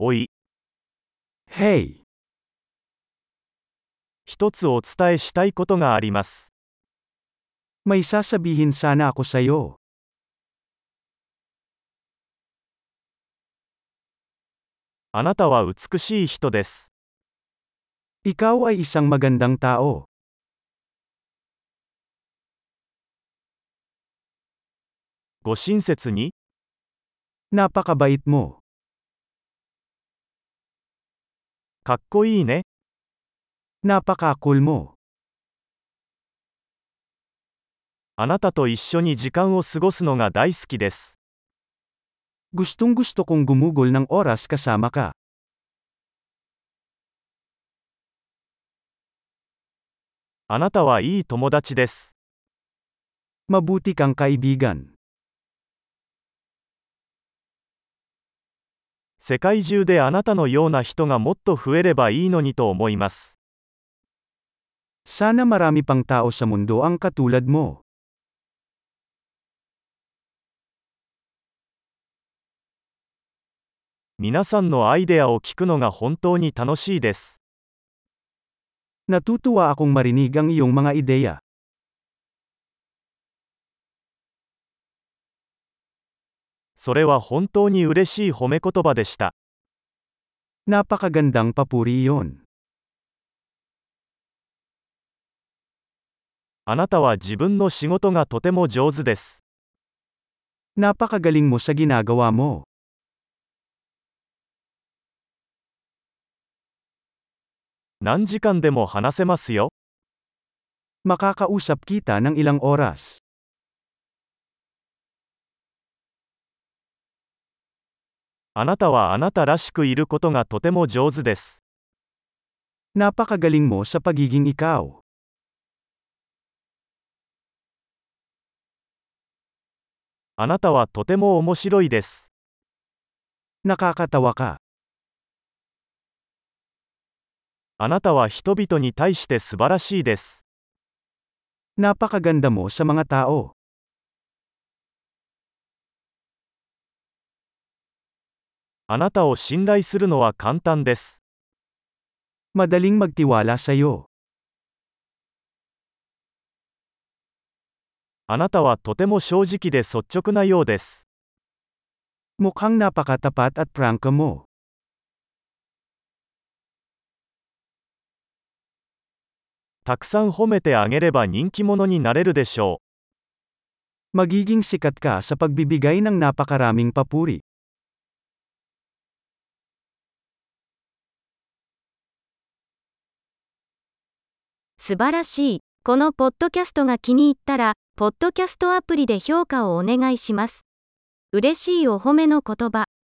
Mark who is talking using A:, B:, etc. A: おい。Hey! 一つお伝えしたいことがあります。
B: May sasabihin sana ako sa'yo.
A: あなたは美しい人です。
B: Ikaw ay isang magandang tao.
A: ご親切に、
B: Napakabait mo.
A: かっこいいね。
B: Napaka-cool mo.
A: あなたと一緒に時間を過ごすのが大好きです。
B: Gustong gusto kong gumugol ng oras kasama ka.
A: あなたはいい友達です。
B: Mabuti kang kaibigan.
A: 世界中であなたのような人がもっと増えればいいのにと思います。
B: Sana marami pang tao sa mundo ang katulad mo.
A: 皆さんのアイデアを聞くのが本当に楽しいです。
B: Natutuwa akong marinig ang iyong mga ideya.
A: それは本当に嬉しい褒め言葉でした。
B: Napakagandang papuri iyon.
A: あなたは自分の仕事がとても上手です。
B: Napakagaling mo sa ginagawa mo.
A: 何時間でも話せますよ。
B: Makakausap kita ng ilang oras.
A: あなたはあなたらしくいることがとても上手です。
B: Napakagaling mo sa pagiging ikaw.
A: あなたはとても面白いです。
B: Nakakatawa ka.
A: あなたは人々に対して素晴らしいです。
B: Napakaganda mo sa mga tao.
A: あなたを信頼するのは簡単です。
B: Madaling magtiwala sa iyo.
A: あなたはとても正直で率直なようです。
B: Mukhang napakatapat at prangka mo.
A: たくさん褒めてあげれば人気者になれるでしょう。
B: Magiging sikat ka sa pagbibigay ng napakaraming papuri.
C: 素晴らしい。このポッドキャストが気に入ったら、ポッドキャストアプリで評価をお願いします。嬉しいお褒めの言葉。